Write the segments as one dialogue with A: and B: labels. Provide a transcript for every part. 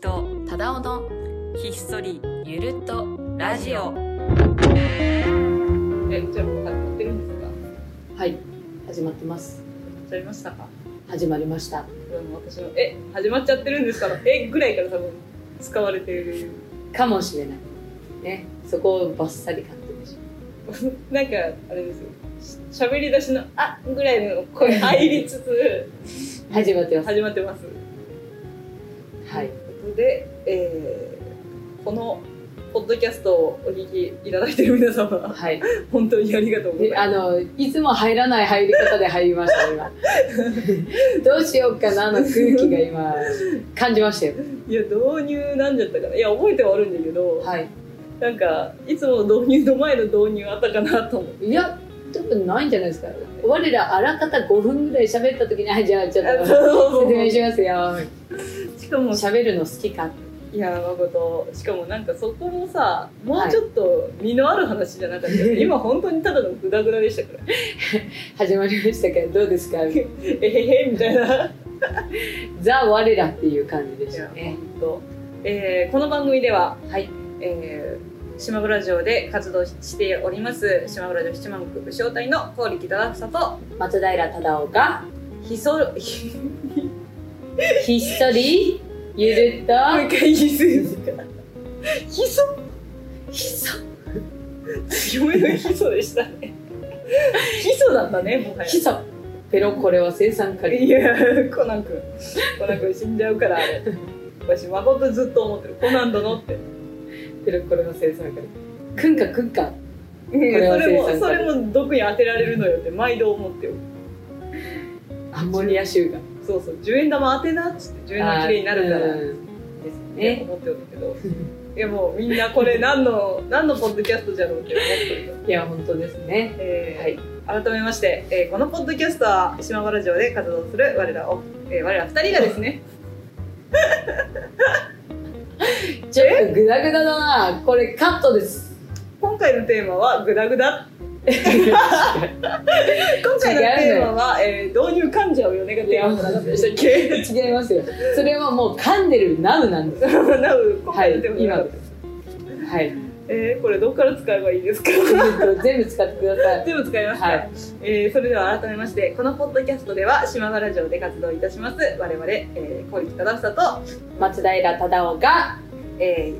A: 忠雄の
B: ひっそり
A: ゆるっと
B: ラジオえうちらも買ってるんですか
C: はい、始まってます。
B: 買っちゃいましたか
C: 始まりました。
B: でも私のえ始まっちゃってるんですからえぐらいから多分使われてる
C: かもしれない。ね、そこをバッサリカットでし
B: なんかあれですよし喋り出しの「あぐらいの 声入りつつ
C: ょ。始まってます。
B: 始まってます
C: はい。
B: ということで、えーこのポッドキャストをお聞きいただいている皆様
C: はい。
B: 本当にありがとうござい
C: で、
B: ま
C: あの、いつも入らない入り方で入りました、 今。どうしようかなの空気が今、感じましたよ。
B: すいや導入なんじゃったかないや覚えてはあるんだけど、
C: はい。
B: なんかいつもの導入の前の導入あったかなと思って
C: いや、多分ないんじゃないですか。我らあらかた5分ぐらい喋った時に、はい、じゃあちょ っと説明しますよ。
B: しかも
C: 喋るの好きか。
B: いや誠しかもなんかそこもさもうちょっと身のある話じゃなかった よ、
C: はい
B: 今本当にただのグダグダでした から
C: 始まりましたけど、どうですか
B: えへへみたいな
C: ザ・我らっていう感じでしたね。
B: 本当えーこの番組では、
C: はい
B: えー島村城で活動しております島村城七万国招待の高力忠房と
C: 松平忠夫が、
B: ひそろもう
C: ひっそりゆるっと
B: 一回ひす ひそ
C: ひそ
B: 強めのひそでしたね ひそだったねもはや
C: ひそペロこれは生産カ
B: い
C: リ
B: やコナン君コナン君死んじゃうからあれ私誠ずっと思ってるコナン殿って
C: ペロこれは生産カリくんかくんか
B: そ
C: れは
B: れ
C: 生産
B: も
C: 性
B: それも毒に当てられるのよって毎度思ってる
C: アンモニア臭が
B: そうそう10円玉当てなっつって10円玉きれいになるから
C: う
B: で
C: ん
B: すね
C: ね
B: 思ってるんだけどいやもうみんなこれ 何の何のポッドキャストじゃろうって思ってるよ
C: いや本当ですね
B: えー
C: はい
B: 改めまして、えーこのポッドキャストは島原城で活動する我らお、えー我ら2人がですね
C: ちょっとグダグダだなこれカットです
B: 今回のテーマは「グダグダ」今回のテーマは、えー導入患者をよねがテーマじゃなかったでしたっけ
C: 違いますよそれはもう噛んでるナウなんです
B: なう今
C: はい
B: 回のテーマじゃ
C: 今
B: なかっ
C: で
B: た
C: すはい
B: えーこれどこから使えばいいですか
C: 全部使ってくださ い
B: 全部使いました、
C: はい
B: えーそれでは改めましてこのポッドキャストでは島原城で活動いたします我々、えー、小力忠房と、
C: 松平忠夫が
B: え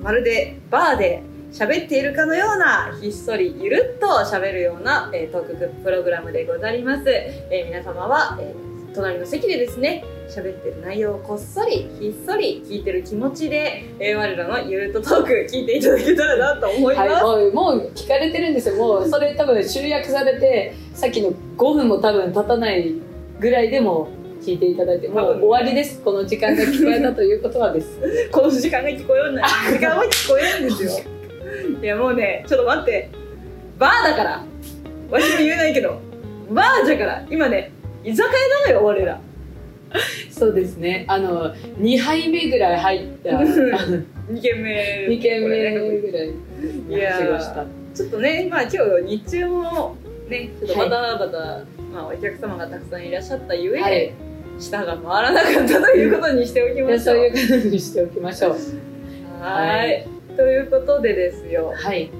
B: ーまるでバーで喋っているかのようなひっそりゆるっと喋るような、えートークプログラムでござります、えー皆様は、えー隣の席でですね喋ってる内容をこっそりひっそり聞いてる気持ちで、えー我らのゆるっとトーク聞いていただけたらなと思います、
C: はい、もうもう聞かれてるんですよもうそれ多分集約されてさっきの5分も多分経たないぐらいでも聞いていただいても
B: 多
C: う
B: 分
C: 終わりですこの時間が聞こえたということはです
B: この時間が聞こえるんだ時間は聞こえるんですよいやもうねちょっと待ってバーだからわしも言えないけどバーじゃから今ね居酒屋なのよ我ら
C: そうですねあの2杯目ぐらい入った
B: うん
C: 2
B: 2軒目
C: 軒
B: これね
C: 目ぐらいに
B: いや
C: 走りました
B: ちょっとねまあ今日日中もねちょっとバタバタ、まあ、お客様がたくさんいらっしゃったゆえ、
C: はい
B: 舌が回らなかったということにしておき
C: いや
B: まし
C: そ
B: ょ
C: う
B: う
C: いうことにしておきましょう
B: はーいということでですよ、
C: はい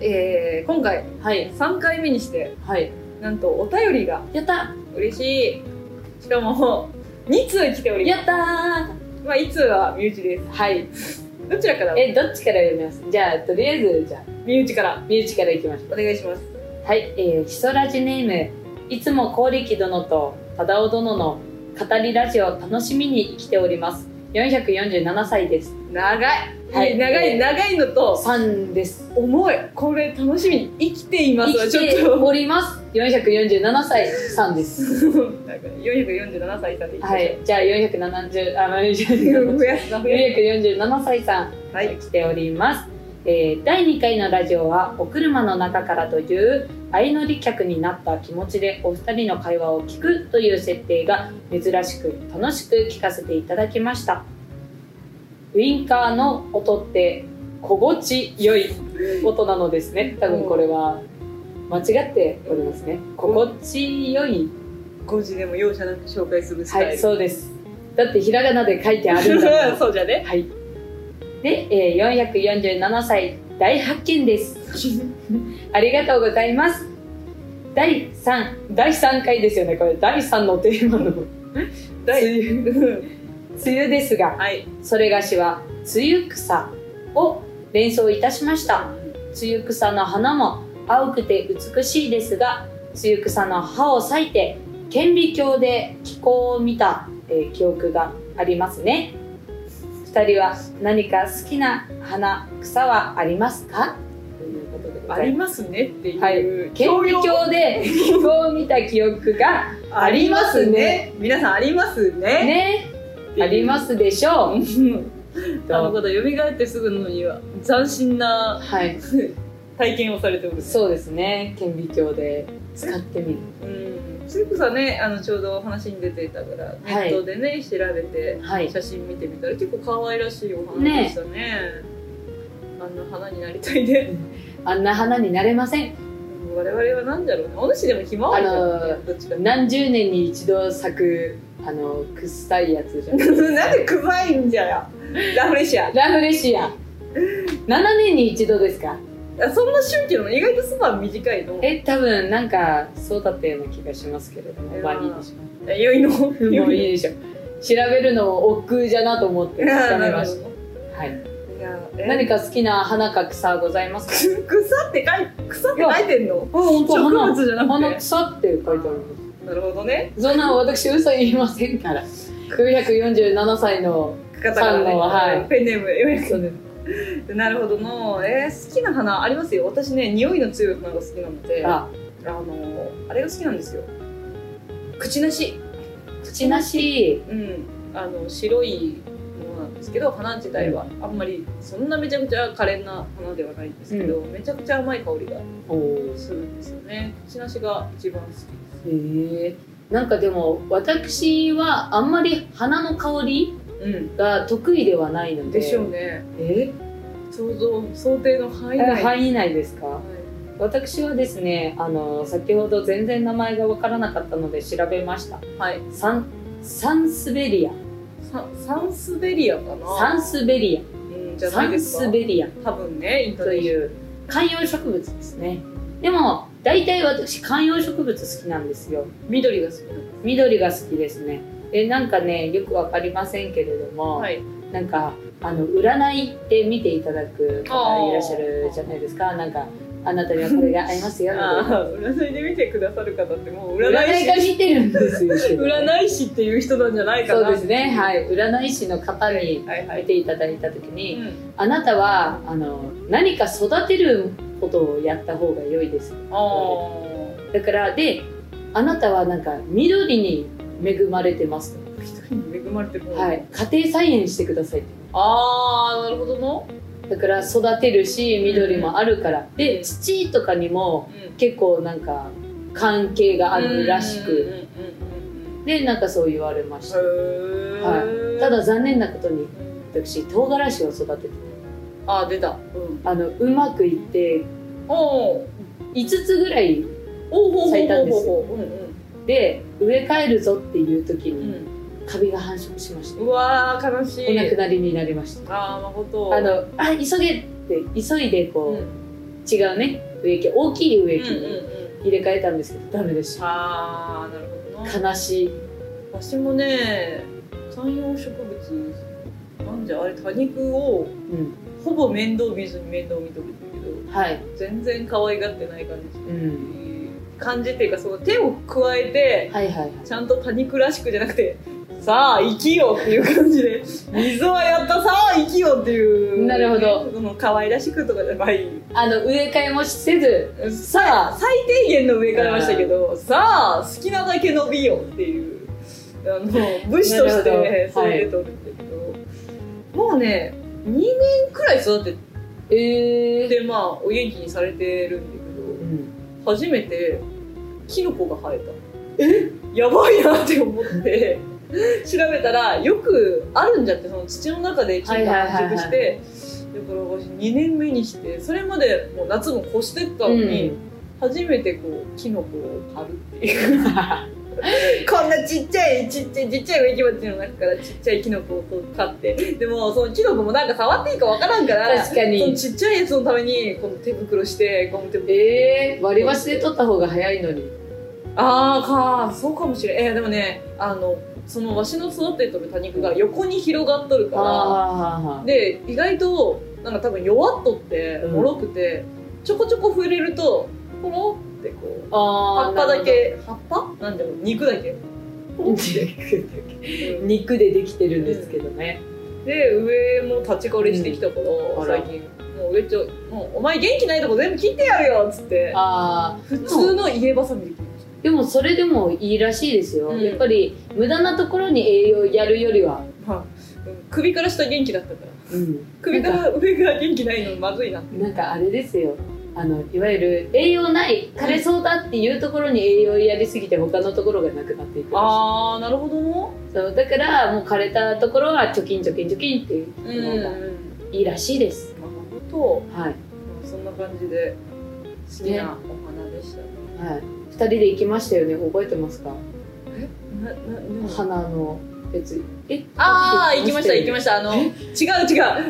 B: えー今回
C: はい
B: 3回目にして
C: はい
B: なんとお便りが
C: やった
B: 嬉しいしかも2通来ておりま
C: やったー
B: す、まあ、1通は身内です
C: はい
B: どちらから
C: えどっちから読みますじゃあとりあえずじゃあ
B: 身内から
C: 身内からいきましょう
B: お願いします
C: はい、えー、ひそラジネームいつも光力殿と忠雄殿の語りラジオを楽しみに生きております447歳です
B: 長い、
C: はい
B: 長い長いのと
C: 3です
B: 重いこれ楽しみに生きています
C: 生
B: は
C: き
B: ちょってと
C: おります447歳3です
B: なんか447歳さんできましょう
C: はいじゃあ470あ447
B: 増やすな増や
C: 447歳さん
B: すはい
C: 来ております、えー第2回のラジオは「お車の中から」という相乗り客になった気持ちでお二人の会話を聞くという設定が珍しく楽しく聞かせていただきましたウインカーの音って心地よい音なのですね多分これは間違っておりますね心地よい
B: 5時でも容赦なく紹介するスタ
C: は
B: イ
C: い
B: ル、
C: そうですだってひらがなで書いてあるんだもん
B: そうじゃね
C: はいで、えー447歳大発見です。ありがとうございます。第3、第3回ですよね、これ。第3のテーマの。
B: 第
C: 梅雨。梅雨ですが、
B: はい
C: それがしは梅雨草を連想いたしました。梅雨草の花も青くて美しいですが梅雨草の葉を裂いて顕微鏡で気候を見た、えー記憶がありますね2人は何か好きな花草はありますかということでござ
B: あ
C: い
B: り
C: ま
B: ますねっていう、
C: はいす顕微鏡 で気候を見た記憶が
B: ありますね皆さんありますね
C: ねありますすでしょう
B: あの方蘇ってすぐのには斬 新な
C: はい
B: 体験をされておる
C: そうですね顕微鏡で使ってみる
B: うんそれこそねあのちょうどお話に出ていたから、ネットでね調べて
C: はい
B: 写真見てみたら結構可愛らしいお花でしたねあんな花になりたいね
C: あんな花になれません
B: 我々は何だろうねお主でもひまわりだよね、
C: あの
B: どっちか
C: 何十年に一度咲くあの臭いやつじゃん
B: なんでくまいんじゃよラフレシアあ
C: ラフレシア7年に一度ですか
B: そんな周期なの意外とスパン短いの
C: え多分なんかそうだったような気がしますけれども
B: うん
C: まあいいでしょ
B: え良いの
C: うもうい
B: い
C: いでしょう調べるのを億劫じゃなと思って
B: や
C: やめ
B: な
C: ま
B: る
C: し
B: ほ
C: た
B: ど
C: はい、
B: いや
C: 何
B: か
C: か好きな花か草ございますか
B: 草って書い草って書いてんの
C: あ本
B: 当
C: 花
B: 植物じゃなくて
C: 花草って書いてありま
B: なるほどね
C: すそんな私嘘言いませんから947歳の
B: 方がね
C: さんのはい
B: ペンネーム
C: そうです
B: なるほどの、えー好きな花ありますよ私ね匂いの強い花が好きなのであ
C: あ
B: のあれが好きなんですよ口なし
C: 口なし
B: うんあの白いものなんですけど花自体はあんまりそんなめちゃくちゃ可憐な花ではないんですけど、めちゃくちゃ甘い香りが
C: おー
B: するんですよね口なしが一番好きです
C: へえなんかでも私はあんまり花の香り
B: うん
C: が得意ではないので
B: でしょうね
C: え
B: 想像想定の範囲
C: 範
B: 内
C: 囲
B: はい
C: 内ですか私はですねあの先ほど全然名前がわからなかったので調べました
B: はい
C: サンサンスベリア
B: ササンスベリアかな
C: サンスベリ
B: うん、じ
C: ア
B: ゃな
C: サ
B: いで
C: ン
B: すか
C: スベリア
B: 多分ねイント
C: と
B: ネーショ
C: い
B: ン
C: う観葉植物ですねでも大体私観葉植物好きなんですよ
B: 緑が好き
C: 緑が好きですねえなんかねよくわかりませんけれども、
B: はい
C: なんかあの占いって見ていただく方いらっしゃるじゃないですかなんかあなたにはこれが合いますよみたいな
B: ああ占いで見てくださる方ってもう
C: 占
B: 占
C: いが
B: い師
C: 見てるんですよけどね
B: 占い師っていう人なんじゃないか
C: そ
B: な
C: うですねはい占い師の方に
B: はいは
C: 見
B: い、
C: ていただいた時
B: う
C: に、
B: ん、
C: あなたはあの何か育てることをやった方が良いです
B: ああ
C: だからであなたはなんか緑に恵まれてますと、
B: 人に恵まれても
C: はい、家庭菜園してくださいって
B: ああなるほどの
C: だから育てるし緑もあるから、で土とかにも
B: うん
C: 結構なんか関係があるらし
B: うんうん
C: く
B: うんうん
C: でなんかそう言われました
B: うんへー
C: ただ残念なことに
B: うん
C: 私唐辛子を育てて
B: ああ出た、うん、
C: あのうまくいって
B: おー
C: 5つぐらい
B: おお
C: 咲いたんですよ
B: おうんうん
C: で植え替えるぞっていう時
B: う
C: に
B: ん
C: カビが繁殖しました
B: うわー悲し
C: お亡く
B: い
C: なりになりました
B: ああ誠
C: あのあ急げって急いで
B: うんう
C: こ
B: ん
C: う違うね植木大きい植
B: うん
C: 木に
B: うん
C: 入れ替えたんですけどダメでした
B: ああなるほどな
C: 悲しい
B: 私もね観葉植物なんじゃあれ多肉を
C: うん
B: ほぼ面倒見ずに面倒見とるんだけど
C: はい
B: 全然可愛がってない感
C: う
B: じ、
C: ん
B: 感じっていうかその手を加えて
C: はいはいはい
B: ちゃんと多肉らしくじゃなくてさあ生きようっていう感じで水はやったさあ生きようっていう
C: なるほど
B: その可愛らしくとかじゃない
C: あの植え替えもせずさあ
B: 最低限の上からましたけどさあ好きなだけ伸びようっていうあの武士とし
C: なる
B: て
C: ほど
B: そ
C: はい
B: れでとるんだけど、もうね2年くらい育て
C: え
B: てまあお元気にされてるんだけど初めてキノコが生えたえやばいなって思って調べたらよくあるんじゃってその土の中で木が繁殖して、だから私2年目にしてそれまでもう夏も越してったのに、初めてこうキノコを狩るっていうこんなちっちゃいちっちゃいちっちゃい植木鉢の中からちっちゃいキノコをこう買ってでもそのキノコもなんか触っていいかわからんから
C: 確かに
B: そのちっちゃいやつのためにこの手袋してゴム手袋
C: えー、割り箸で取った方が早いのに
B: ああかそうかもしれん、えーでもねあのそのわしの育てとる多肉が横に広がっとるから
C: あ
B: で意外となんか多分弱っとって
C: うん
B: もろくて、ちょこちょこ触れるとポロってこう
C: あ葉
B: 葉っぱだけ葉っぱなんだろう肉だけポロって
C: 肉だけ 肉でできてるんですけどね、
B: で上も立ち枯れしてきたから、
C: あら
B: 最近もう上ちょもうお前元気ないとこ全部切ってやるよっつって
C: ああ
B: 普通の家バサミで切りまし
C: でもそれでもいいらしいですよ、
B: うん
C: やっぱり無駄なところに栄養やるよりは、
B: た、はいうん首から下元気だったから
C: うん、
B: 首か
C: なんから
B: 上が元気ないのまずいな
C: なんかあれですよあのいわゆる栄養ない枯れそうだっていうところに栄養やりすぎて他のところがなくなっていくらしい
B: あーなるほどの
C: そうだからもう枯れたところは貯金貯金貯金っていう
B: う
C: の
B: ん
C: がいいらしいです、
B: なるほ
C: はい、
B: どそんな感じで好きなお花でしたね
C: はい、2人で行きましたよね覚えてますか
B: ななな
C: 花のやつえ
B: ああ行きました行き
C: し
B: ましたあの違う違う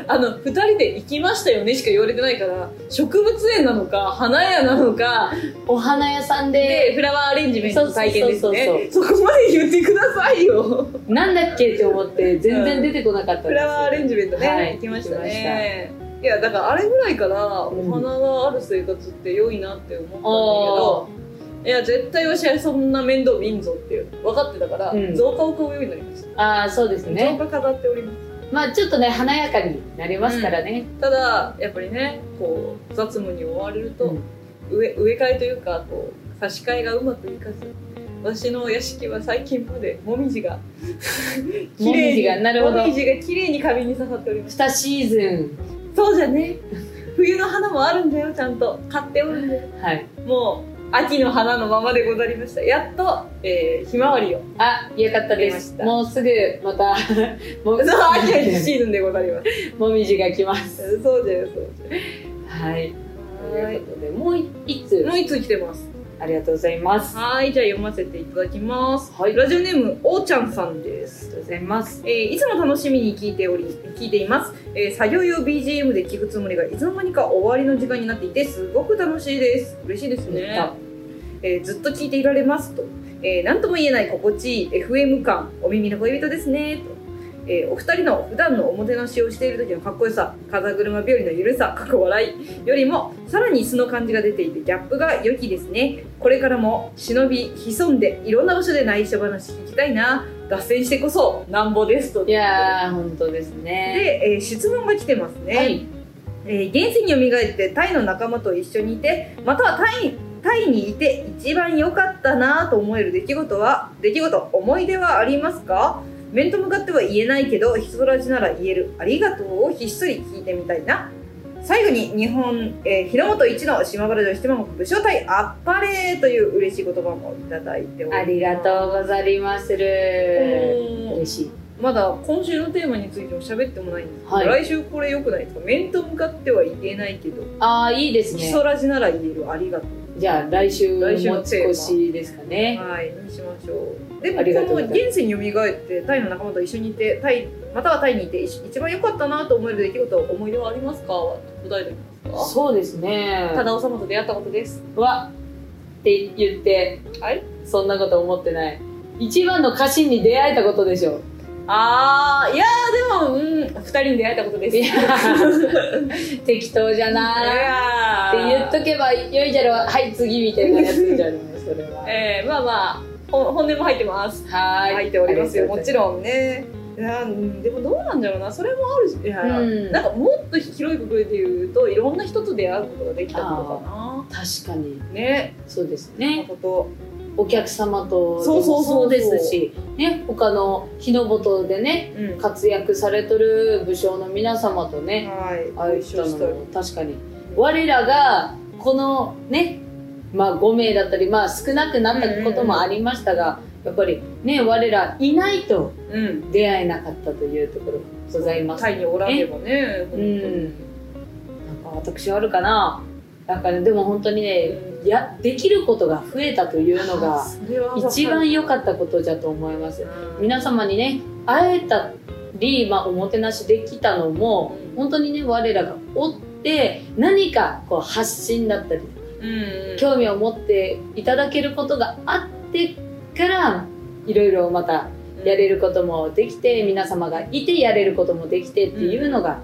B: あの2人で行きましたよねしか言われてないから植物園なのか花屋なのか
C: たお花屋さん
B: で
C: で
B: フラワーアレンジメントの体験ですねそこまで言ってくださいよ
C: なんだっけって思って全然出てこなかったんです
B: フラワーアレンジメントね、
C: はい
B: 行きましたねいやだからあれぐらいからお花がある生活って良いなって思ったんだけど、いや絶対わしはそんな面倒見んぞっていう分かってたから、
C: うん
B: 造花を買うようになりました、
C: ああーそうですね
B: 造花飾っております
C: まあちょっとね華やかになりますからね、
B: ただやっぱりねこう雑務に追われると、
C: うん
B: 植え植え替えというかこう差し替えがうまくいかず私の屋敷は最近までもみじが
C: もみじがなるほど
B: もみじが綺麗に壁に刺さっております
C: 2シーズ
B: そうじゃね冬の花もあるんだよちゃんと買っておるんだよ
C: ンはい
B: もう秋の花のままでござりましたやっと、えーひまわりを
C: あよかったで
B: 出まし
C: す
B: た
C: もうすぐまた も
B: そう秋のシーズンでござります
C: もみじが来ます
B: そうじゃよそうじ
C: はいと
B: ゃよ
C: いうことでもう一通
B: もう一つ来てます
C: ありがとうございますあ
B: はい、じゃあ読ませていただきます。
C: はい
B: ラジオネーム、おーちゃんさんで
C: り
B: す。
C: がとうございます
B: えーいつも楽しみに聞いており、聞いています。えー作業用 BGM で聞くつもりが、いつの間にか終わりの時間になっていて、すごく楽しいです。嬉しいですね。えーずっと聞いていられますと、えー、何とも言えない心地いい FM 感お耳の恋人ですねと、えーお二人の普段のおもてなしをしている時のかっこよさ風車日和のゆるさ過去笑いよりもさらに素の感じが出ていてギャップが良きですねこれからも忍び潜んでいろんな場所で内緒話聞きたいな脱線してこそなんぼですと
C: いやー本当ですね
B: で、えー質問が来てますね、
C: はい
B: えー現世に蘇ってタイの仲間と一緒にいてまたはタイタイにいて一番良かったなぁと思える出来事は出来事思い出はありますか面と向かっては言えないけど人らじなら言えるありがとうをひっそり聞いてみたいな最後に日本、えー、日の本一の島原女子島国武将隊あっぱれという嬉しい言葉もいただいております
C: ありがとうございまする
B: う
C: 嬉しい
B: まだ今週のテーマについても喋ってもないんですけど、
C: はい
B: 来週これ良くないですか面と向かっては言えないけど
C: ああいいです
B: 基
C: ね
B: 礎ラジなら言えるありがと
C: じゃあ来週
B: 来週の
C: 持ち越しですか
B: う。
C: ね
B: はい、にしましょう。でも
C: ありがとう
B: こ
C: ござ
B: の
C: います
B: 現世に蘇ってタイの仲間と一緒にいて、タイまたはタイにいて一一番良かったなと思える出来事思い出はありますか？は答えておりますか？
C: そうですね
B: ただおさまと出会ったことです。
C: わって言って、
B: はい
C: そんなこと思ってない一番の家臣に出会えたことでしょ
B: ああ、いやーでもうん二人に出会えたことで
C: いやー 適当じゃないって言っと
B: き。
C: けばよいじゃろはい次みたいなやつじゃないそれは
B: えー、まあまあほ本音も入ってます。
C: はーい
B: 入っておりますよ。もち
C: ん
B: ろんね。いやーでもどうなんだろうなそれもあるしいやー、
C: うん
B: なんかもっと広い部分で言うといろんな人と出会うことができたことかな
C: 確かに
B: ね
C: そうです
B: そん
C: ね
B: なこと
C: お客様とでも
B: そうそうそうそう
C: ですしね他の日の本でね
B: うん
C: 活躍されとる武将の皆様とね、
B: はい
C: ああ
B: ご
C: い
B: 一緒
C: う
B: し
C: の
B: た
C: も確かに我らがこのね、まあ、5名だったり、まあ、少なくなったこともありましたが、やっぱりね我らいないと
B: うん
C: 出会えなかったというところがございます
B: タイにおらればね
C: うんなんか私あるかななんかねでも本当にね
B: 本
C: やできることが増えたというのが
B: それは
C: 一番良か
B: っ
C: ったことじゃと思います
B: た、うん
C: 皆様にね会えたり、まあ、おもてなしできたのも本当にね我らがおって何かこう発信だったり
B: うん
C: 興味を持っていただけることがあってからいろいろまたやれることもできて皆様がいてやれることもできてっていうのが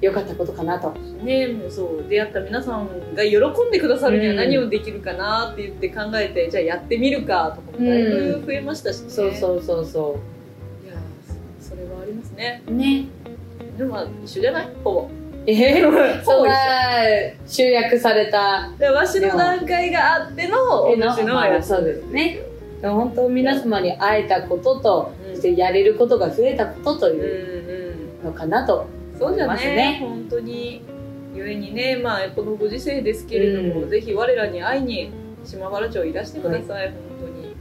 C: 良かったことかなと
B: ねもうそう出会った皆さんが喜んでくださるには
C: うん
B: 何をできるかなって言って考えて、じゃあやってみるかとかもだいぶ増えましたしね、
C: そうそうそうそ
B: いやそそれはありますね
C: うね
B: でもまあ一緒じゃないほぼ
C: え
B: ほ
C: そ
B: ぼ
C: ん
B: 一
C: な
B: 緒
C: 集約された
B: でわしの段階があっての
C: でも
B: 私のやつ
C: そうですね本当皆様に会えたことと
B: うん
C: そしてやれることが増えたことと
B: うん
C: いう
B: う
C: のかなと
B: んそうじゃ
C: 思いま
B: ね
C: すね
B: 本当に故にねまあこのご時世ですけれども、
C: うん
B: ぜひ我らに会いに島原町いらしてください、本当に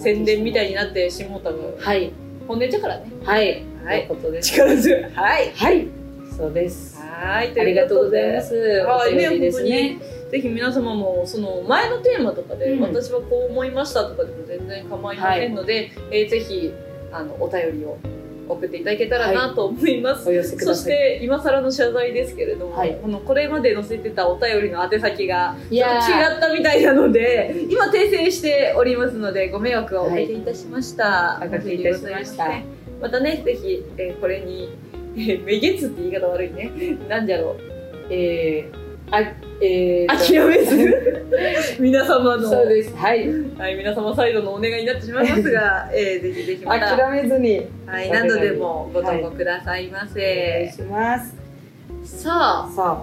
B: 宣伝みたいになって下田が
C: はい
B: 本音じゃからね
C: はい
B: はい
C: ということです
B: 力強いはい
C: はいそうです
B: はい
C: ありがとうございますす
B: はい
C: お便りです
B: ね
C: ね
B: ぜひ皆様もその前のテーマとかで、
C: うん
B: 私はこう思いましたとかでも全然構いませんので、えーぜひあのお便りを送っていただけたらなと思います、
C: お寄せく
B: そ
C: だ
B: し
C: さい
B: て今更の謝罪ですけれども、
C: はい
B: このこれまで載せてたお便りの宛先が
C: い
B: 違
C: やー
B: ったみたいなので今訂正しておりますのでご迷惑はおかけいたしました、
C: いおかけいたしました
B: またねぜひ、えーこれに「えーめげず」って言い方悪いねなんじゃろう
C: えー、あえーと
B: 諦めず 皆様の
C: そうですはい
B: はい、皆様サイドのお願いになってしまいますが、えー、ぜひぜひまた、
C: 諦めずに
B: はい、何度でもご投稿くださいませ、
C: します
B: さあ
C: さあ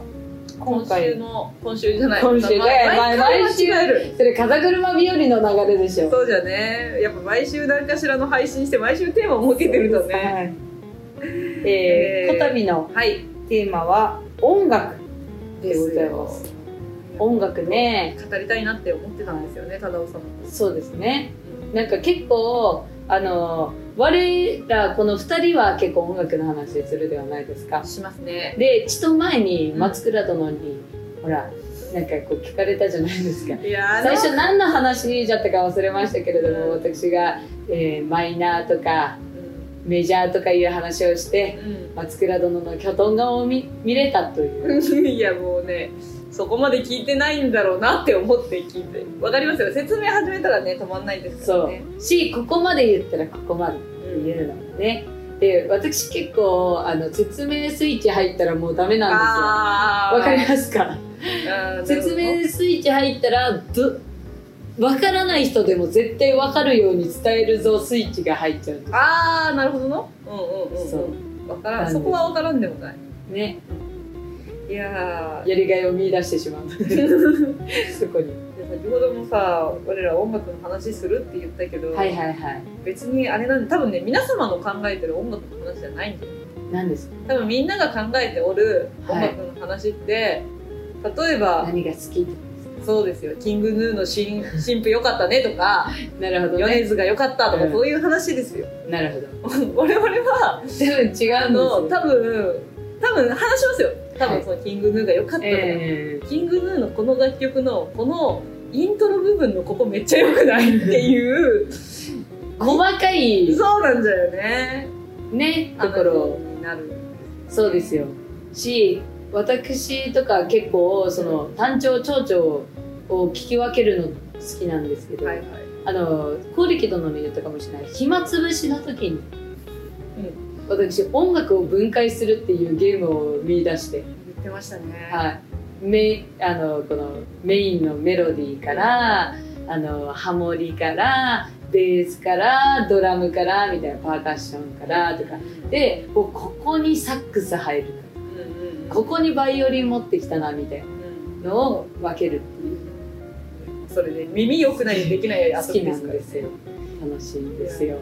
C: 今
B: 今週
C: 回
B: の今週じゃない
C: 今週ね
B: 毎回
C: 毎週
B: 間違える
C: それ風車日和の流れでしょ
B: そうじゃねやっぱ毎週何かしらの配信して毎週テーマを設けてるとね
C: はいえ
B: え
C: ー、
B: ー
C: こたびの
B: はい
C: テーマは音楽でござい
B: よ
C: ます音楽ね
B: 語りたいなって思ってたんですよね忠夫さんも
C: そうですねなんか結構あの我らこの2人は結構音楽の話するではないですか
B: しますね
C: でちょっと前に松倉殿に、ほらなんかこう聞かれたじゃないですか
B: いやー
C: 最初何の話じゃったか忘れましたけれども
B: うん
C: 私が、えーマイナーとか
B: うん
C: メジャーとかいう話をして松倉殿のキョトン顔を見見れたという
B: うん いやもうねそこまで聞いてないんだろうなって思って聞いてわかりますよ説明始めたらね止まんないですから
C: そ
B: ね
C: うしここまで言ったらここまでっ
B: そ
C: ていうのもねで私結構あの説明スイッチ入ったらもうダメなんです
B: あ
C: よ
B: ー
C: わかりますか
B: あー
C: 説
B: なる
C: 明スイッチ入ったらど分からない人でも絶対分かるように伝えるぞスイッチが入っちゃうんで
B: ほどあーなるほどのうんうんうん
C: そ
B: うんわから
C: なんで
B: んそこはわからんでもない
C: すね
B: いやー
C: やりがいを見出してしま うそこに
B: で先ほどもさ我ら音楽の話するって言ったけど、
C: はいはいはい
B: 別にあれなんで多分ね皆様の考えてる音楽の話じゃないんだよ
C: 何ですか
B: 多分みんなが考えておる音楽の話って、例えば
C: 何が好き
B: そうですよキングヌーの新新婦良かったねとか
C: なるほど
B: 米
C: ね
B: 津が良かったとか、
C: うん
B: そういう話ですよ
C: なるほ ど
B: 我々
C: 多
B: は
C: 分違うんです
B: あの
C: よ
B: 多分多分話しますよ多
C: はい
B: 分そのキングヌーが良かったとか、
C: え
B: キングヌーのこの楽曲のこのイントロ部分のここめっちゃ良くないっていう
C: ー、細かい
B: そうなんだよね
C: ねところ
B: 話になる
C: そうですよし私とか結構その単調長調を聞き分けるの好きなんですけど、
B: はいはい
C: あの光力殿の言ったかもしれない暇つぶしの時に、私音楽を分解するっていうゲームを見出して、
B: 言ってましたね、
C: はい、メあのこのメインのメロディーからあのハモリからベースからドラムからみたいなパーカッションからとかでもうここにサックス入る
B: うんうんうん
C: ここにバイオリン持ってきたなみたい
B: うん
C: なのを分けるっていう
B: それで耳良くないとできない
C: 好
B: 遊
C: き
B: び
C: な
B: です
C: ん
B: から
C: ですよ楽しいんですよ、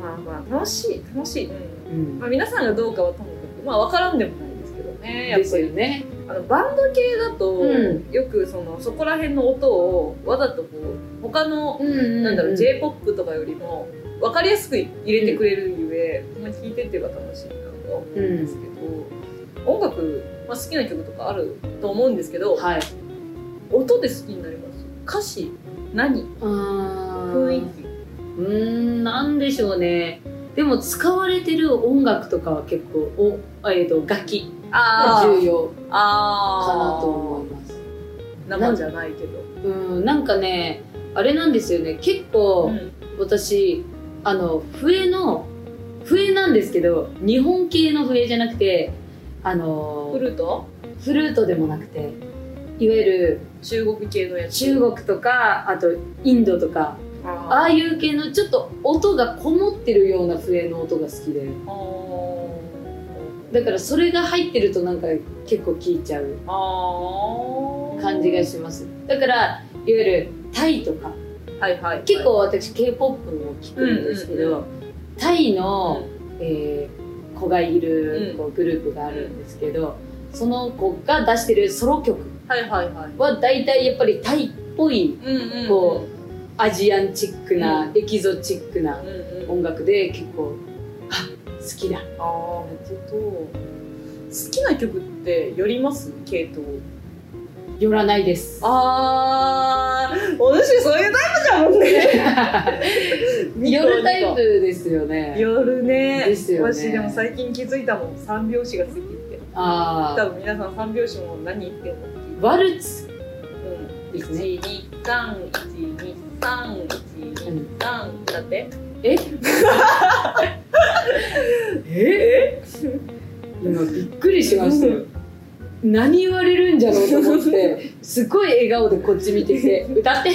B: まあまあ楽しい楽しい、
C: うん
B: まあ、皆さんがどうかはともかくまあ分からんでもないですけどねやっ
C: で
B: ぱ
C: す
B: り
C: よね
B: あのバンド系だと、
C: う
B: よくそのそこら辺の音をわざとこう他の、
C: な
B: なんん
C: だ
B: だ
C: ろ
B: ろ
C: う
B: う
C: J
B: j p o p とかよりも分かりやすく入れてくれるゆえ、ほんまに聴いてっては楽しいなとは思うんですけど、音楽、まあ、好きな曲とかあると思うんですけど、
C: はい
B: 音で好きになります歌詞何雰
C: 雰
B: 囲気
C: うーんなんでしょうねでも使われてる音楽とかは結構お、あえー、と楽器が重
B: 要
C: 要
B: あ
C: か
B: ー
C: なと思います
B: 生じゃないけど、
C: うんなんかねあれなんですよね結構私あの笛の笛なんですけど日本系の笛じゃなくてあの
B: フルート
C: フルートでもなくていわゆる
B: 中国系のやつ
C: 中国とかあとインドとかあ
B: あ
C: あいう系のちょっと音がこもってるような笛の音が好きで
B: ー
C: だからそれが入ってるとなんか結構聞いちゃう
B: あー
C: 感じがしますだからいわゆるタイとか
B: はいはい
C: 結構私 k p o p も聞くんですけど、
B: うん
C: タイ
B: うん
C: の、えー子がいる
B: うん
C: こうグループがあるんですけど、その子が出してるソロ曲
B: はいはいはい
C: は大体やっぱりタイっぽい
B: うんうん
C: こアジアンチックな、
B: う
C: エキゾチックな
B: うんうん
C: 音楽で結構あ好きだ
B: ああめっちゃと好きな曲って寄ります系統
C: 寄らないです
B: ああお主そういうタイプじゃもん ね
C: 寄るタイプですよね
B: 寄るね
C: ですよね
B: 私でも最近気づいたもん三拍子が好きって
C: あ
B: 多
C: あ
B: 分皆さん三拍子も何言ってんの
C: ワルツ
B: うん
C: ですね
B: 1 2 3 1 2 3 1 2 3だって
C: え
B: え
C: 今びっくりしましたよ何言われるんじゃろうと思 ってすごい笑顔でこっち見てて「歌って」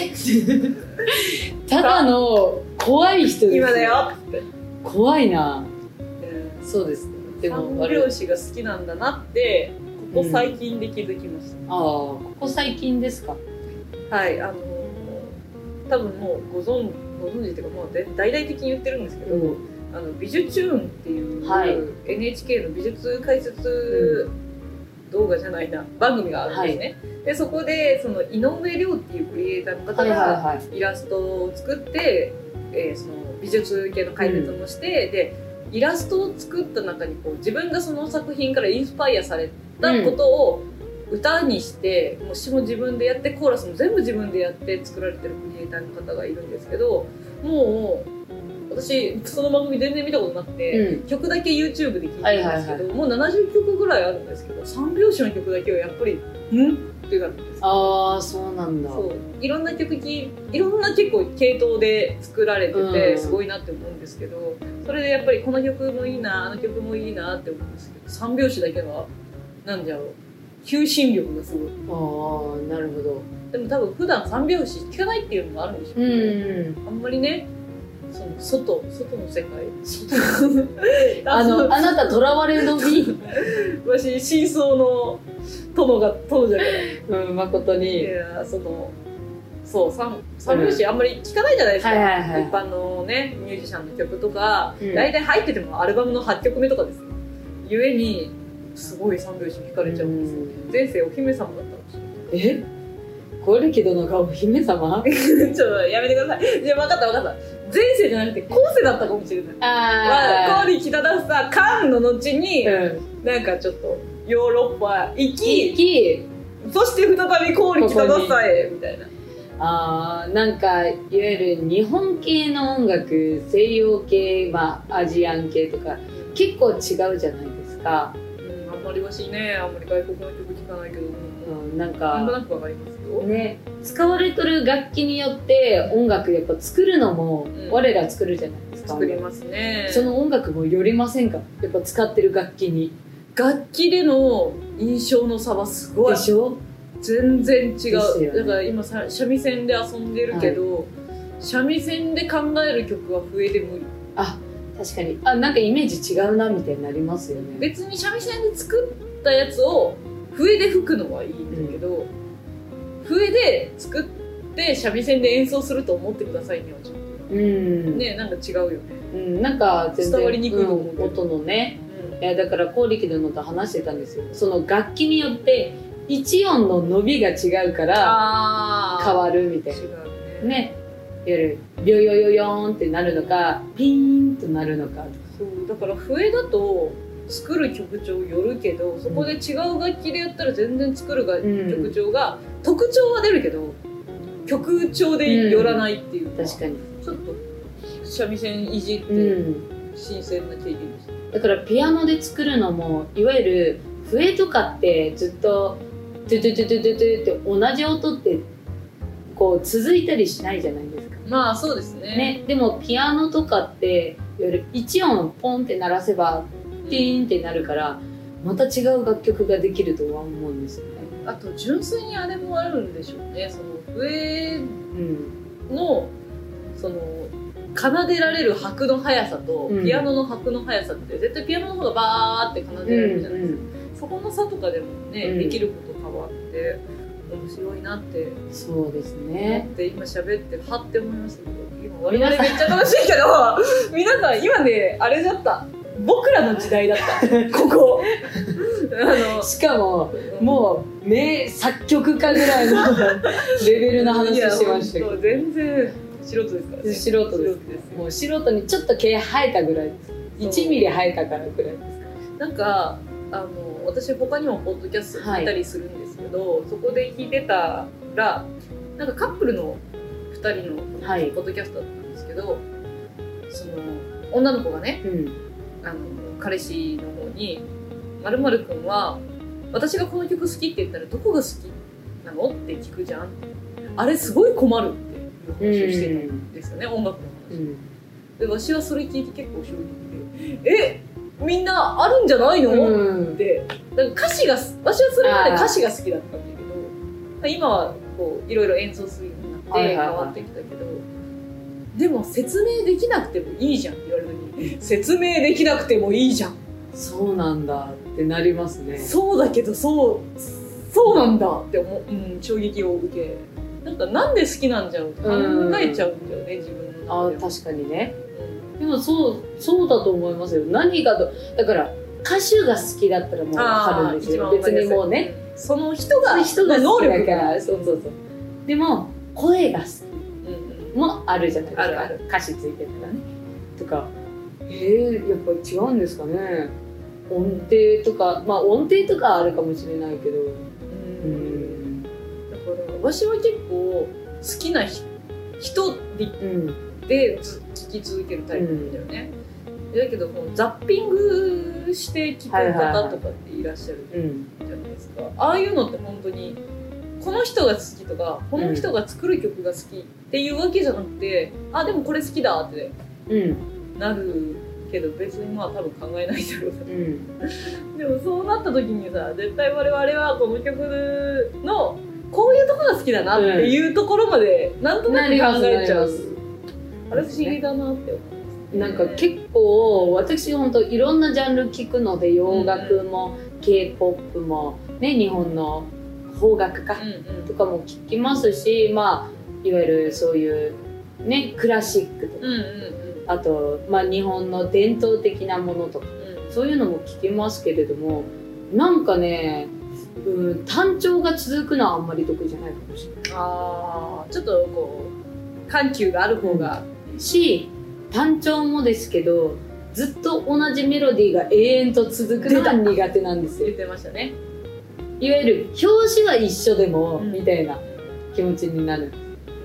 C: ただの怖い人です
B: 今だよって
C: 怖いな
B: うん
C: そうですねでも
B: 三
C: 悪い
B: 拍子が好きなんだなってここ最近で気づきました、
C: ああここ最近ですか
B: はいあの多分もうご存ご存知っていうかもうで大々的に言ってるんですけど、
C: うん
B: あの美術チューンっていう、
C: はい
B: NHK の美術解説動画じゃないな番組があるんですね、でそこでその井上涼っていうクリエイターの方
C: はいはい
B: が
C: はい
B: イラストを作って、えーその美術系の解説もして、でイラストを作った中にこう自分がその作品からインスパイアされたことを歌にして、もう詩も自分でやってコーラスも全部自分でやって作られてるクリエイターの方がいるんですけどもう私その番組全然見たことなくて。
C: うん
B: 曲だけ YouTube で聴いてるんですけど、もう70曲ぐらいあるんですけど三拍子の曲だけはやっぱり「ん?」ってなって
C: ああそうなんだ
B: そういろんな曲聴いいろんな結構系統で作られて
C: う
B: て
C: ん
B: すごいなって思うんですけどそれでやっぱりこの曲もいいなあの曲もいいなって思うんですけど三拍子だけはなんだろう求心力がすご
C: あ
B: い
C: あなるほど
B: でも多分普段三拍子聴かないっていうのもあるんでしょ
C: う
B: うね、
C: ん
B: あんまりねその外外の世界
C: あのあなた囚われの身
B: 私真相の殿が殿じゃない
C: うん誠
B: い
C: に
B: やそのそう三三拍子あんまり聞かないじゃないですか、
C: はいはいはい
B: 一般のねミュージシャンの曲とか、
C: うん
B: 大体入っててもアルバムの8曲目とかですよゆえにすごい三拍子聞かれちゃうんですよね、
C: うん
B: 前世お姫様だったんですよ
C: えコルキ殿がお姫様
B: ちょっとやめてくださいじゃあ分かった分かった前世じゃなくて後世だったかもしれないまあ
C: あ
B: コーリー北田さんカンの後に、
C: うん、
B: なんかちょっとヨーロッパ
C: キ
B: 行き
C: キ
B: そして再びコーリー北田さんへみたいな
C: あーなんかいわゆる日本系の音楽西洋系、まあ、アジアン系とか結構違うじゃないですか、
B: うん、あんまりわしね、あんまり外国の曲聞かないけど、
C: うん、なん
B: なんと
C: か
B: なくわかりますよ。
C: ね使われとる楽器によって音楽やっぱ作るのも
B: ん
C: 我ら作るじゃないですか、
B: 作りますね。
C: その音楽もよりませんかやっぱ使ってる楽器に
B: 楽器での印象の差はすごい
C: で。しょ
B: 全然違
C: です
B: う。
C: よね
B: だから今さ、三味線で遊んでるけど、三味線で考える曲は笛で無理。
C: 確かにあなんかイメージ違うなみたいになりますよね
B: 別に三味線で作ったやつを笛で吹くのはいいんだけど、笛で作って三味線で演奏すると思ってくださいね、ちょっ
C: うん
B: とね、なんか違うよね。
C: うん、なんか全然
B: 伝わりにくいと思うけど
C: ん音のねいやだから光力殿と話してたんですよその楽器によって一音の伸びが違うから
B: あ
C: 変わるみたい
B: 違う
C: なねいわゆるビョヨヨヨーンってなるのかピーンとなるのか
B: そうだから笛だと作る曲調よるけどそこで違う楽器でやったら全然作るが、
C: ん
B: 曲調が特徴は出るけど曲調で寄らないっていうか、
C: 確かに、
B: ちょっと三味線いじって、
C: うん、
B: 新鮮な経験でした
C: だからピアノで作るのもいわゆる笛とかってずっとトゥトゥトゥトゥトゥトゥって同じ音ってこう続いたりしないじゃないですか
B: まあそうですね
C: ね、でもピアノとかっていわゆる1音ポンって鳴らせば
B: うん
C: ティーンってなるからまた違う楽曲ができるとは思うんですよね。
B: あと純粋にあれもあるんでしょうねその笛
C: うん、
B: のその奏でられる拍の速さと
C: うん
B: ピアノの拍の速さって絶対ピアノの方がバーって奏でられるじゃないですか、そこの差とかでもね、
C: うん
B: できること変わって面白いなって
C: そうです
B: 思っ
C: ね。
B: て今喋ってはって思いましたけど今我々めっちゃ楽しいけど 皆さん今ねあれだった僕らの時代だった ここあ
C: しかも
B: の
C: もう名作曲家ぐらいの レベルの話してましたけ
B: いや本
C: ど
B: 当全然素人ですからね
C: 素人ですもう素人にちょっと毛生えたぐらいです
B: そう
C: 1ミリ生えたからぐらいです
B: なんかあの私他にもポッドキャスト聞いたりするんですけど、そこで聞いてたらなんかカップルの2人の
C: はい
B: ポッドキャストだったんですけど、その女の子がね
C: うん
B: あの彼氏の方に「まるくんは私がこの曲好きって言ったらどこが好きなの?」って聞くじゃんあれすごい困るっていう話をしてたんですよね、音楽の話。
C: うん
B: で私はそれ聞いて結構衝撃で「えみんなあるんじゃないの
C: うん
B: ってなんか歌詞がす私はそれまで歌詞が好きだったんだけどまあ今はこういろいろ演奏するようになって
C: はいはい
B: 変
C: はい
B: わってきたけど、でも説明できなくてもいいじゃんって言われた時に説明できなくてもいいじゃん
C: そうなんだってなりますね。
B: そうだけどそうそうなんだって思う、うん、衝撃を受けなんかなんで好きなんじゃろうって考えちゃうんだよね自分
C: あ
B: の
C: ー
B: 中でも
C: 確かにね。
B: うん
C: でもそうそうだと思いますよ何がとだから歌手が好きだったらもう分かるんですよ
B: あー一番わ
C: 別
B: かりやすい
C: にもうね
B: その人が
C: 人が
B: 能
C: 好き
B: 力
C: だか
B: が
C: らそうそうそうでも声が好
B: うんうん
C: きもあるじゃないですか
B: あるある
C: 歌詞ついてるからねとかえー、やっぱり違うんですかね音程とかまあ音程とかはあるかもしれないけどう
B: うん
C: ん
B: だからわしは結構好きなひ人
C: うん
B: でず聞き続けるタイプなんだよね、だけどこうザッピングして聞く
C: はいはいは
B: 方
C: い
B: とかっていらっしゃる
C: うん
B: じゃないですか、ああいうのって本当にこの人が好きとかこの人が作る曲が好きっていうわけじゃなくて、あでもこれ好きだって
C: うん
B: なるけど別にまあ多分考えないだろうな
C: うん
B: でもそうなった時にさ絶対我々はこの曲のこういうとこが好きだなっていうところまでなんとな
C: な
B: く
C: ります
B: 考えちゃう、あ
C: な
B: れ
C: り
B: 不
C: ます
B: 思議だなって思う
C: なんか結構私本当いろんなジャンル聞くので洋楽も k p o p も、ね、日本の邦楽か
B: うんうん
C: とかも聞きますし、まあ、いわゆるそういう、ね、クラシックとか
B: うんうん
C: あと、まあ、日本の伝統的なものとか
B: うん
C: そういうのも聞きますけれどもなんかね、うん、単調が続くのはあんまり得意じゃないかもしれない
B: ああちょっとこう緩急がある方が、
C: し単調もですけどずっと同じメロディーが永遠と続くのが苦手なんですよ
B: 言ってましたね
C: いわゆる表紙は一緒でも、
B: うん
C: みたいな気持ちになる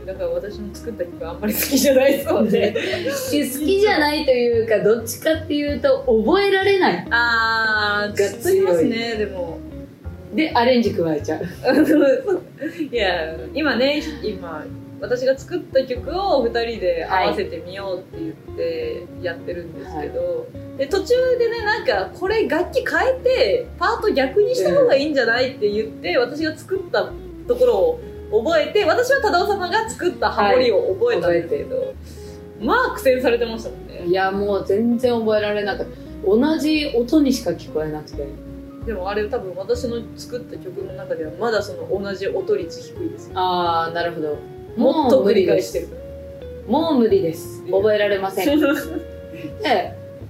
B: だから私の作った曲はあんまり好きじゃないそうで
C: で好きじゃないというかどっちかっていうと覚えられない
B: ああがっつりますねでも
C: でアレンジ加えちゃう
B: あのそう いや今ね今私が作った曲を2人で合わせてみようって言ってやってるんですけど、で途中でねなんかこれ楽器変えてパート逆にした方がいいんじゃないって言って、私が作ったところを覚えて私は忠夫様が作ったハモリを覚えたんですけど、まあ苦戦されてましたもんね
C: いやもう全然覚えられなかった同じ音にしか聞こえなくて
B: でもあれ多分私の作った曲の中ではまだその同じ音率低いですよ
C: ああなるほど
B: もっと繰り返しててる
C: もう無理です覚えられませんで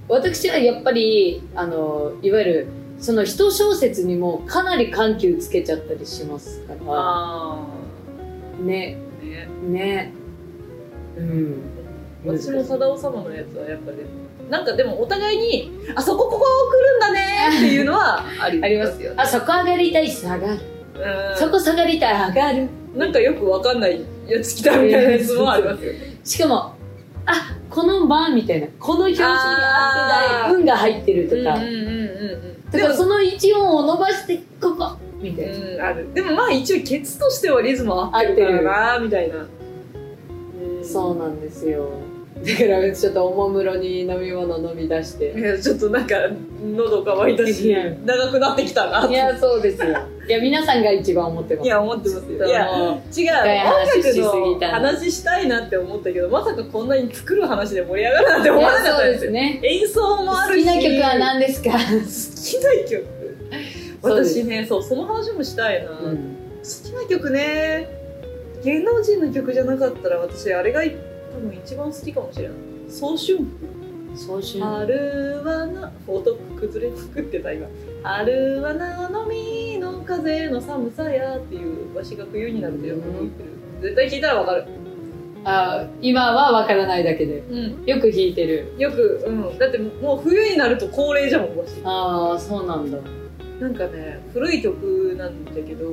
C: 私はやっぱりあのいわゆるその一小節にもかなり緩急つけちゃったりしますから
B: あ
C: ね
B: あね
C: ねうん
B: 私も貞夫様のやつはやっぱねなんかでもお互いに「あそこここ来るんだね」っていうのはあり
C: あります
B: よね
C: あそこ上がりたい下がる
B: うん
C: そこ下がりたい上がる
B: なんかよくわかんないやつ来たみたいなやつもありますよね。
C: しかもあこのバーみたいなこの表示にあってない運が入ってるとか、
B: うんうんうんうん
C: だか
B: でも
C: らその一音を伸ばしてここみたいな、
B: うん、あるでもまあ一応ケツとしてはリズム合ってるからなみたいな、
C: そうなんですよだからちょっとおもむろに飲み物飲み出して
B: いやちょっとなんか喉乾いたし
C: い
B: 長くなってきたなって
C: やそうですよいや皆さんが一番思ってま
B: い
C: す
B: や思ってますよいや
C: その
B: 違う
C: 回話しすぎた
B: 音楽の話したいなって思ったけどまさかこんなに作る話で盛り上がるなんて思わなかった
C: そう
B: で
C: ですす
B: よ
C: ね
B: 演奏もあ
C: 好
B: る
C: き
B: し
C: な曲は何ですか、
B: 好きな曲
C: そうです
B: 私ねそうその話もしたいな、
C: うん、
B: 好きな曲ね芸能人の曲じゃなかったら私あれが多分一番好きかもしれない早春
C: 総集
B: 春はな音崩れまくってた今春はなのみの風の寒さやっていうわしが冬になるとよく言ってる絶対聞いたらわかる
C: あ今はわからないだけで
B: うん
C: よく弾いてる
B: よくうんだってもう冬になると恒例じゃもんわし
C: ああそうなんだ
B: なんかね古い曲なんだけど